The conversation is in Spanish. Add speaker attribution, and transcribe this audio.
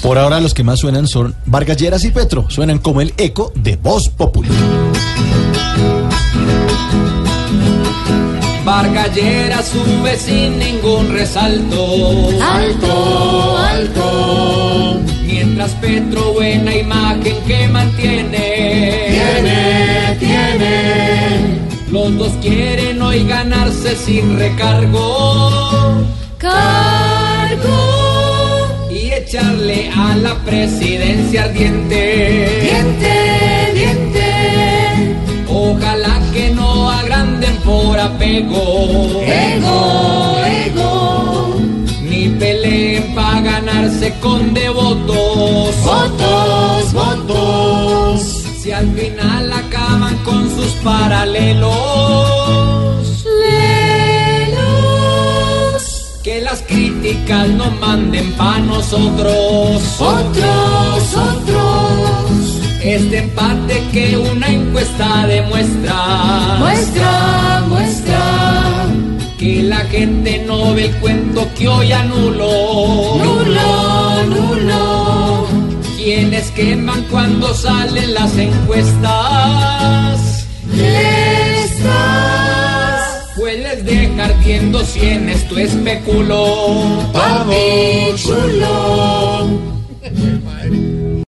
Speaker 1: Por ahora los que más suenan son Vargas Lleras y Petro. Suenan como el eco de Voz Popular.
Speaker 2: Vargallera sube sin ningún resalto.
Speaker 3: Alto, alto,
Speaker 2: Mientras Petro buena imagen que mantiene.
Speaker 3: tiene, tiene
Speaker 2: Los dos quieren hoy ganarse sin recargo.
Speaker 3: cargo,
Speaker 2: Y echarle a la presidencia ardiente.
Speaker 3: diente, diente,
Speaker 2: Ojalá que no agranden por apego.
Speaker 3: ego, ego,
Speaker 2: Ni peleen para ganarse con devotos.
Speaker 3: votos, votos,
Speaker 2: Si al final acaban con sus paralelos,
Speaker 3: lelos,
Speaker 2: que las críticas no manden pa' nosotros.
Speaker 3: otros, otros,
Speaker 2: Este empate que una encuesta demuestra
Speaker 3: Pues. muestra, muestra,
Speaker 2: que la gente no ve el cuento que hoy anuló.
Speaker 3: nulo, nulo,
Speaker 2: Quienes queman cuando salen las encuestas,
Speaker 3: estás,
Speaker 2: pues les deja ardiendo si en esto especuló.
Speaker 3: papi chulo.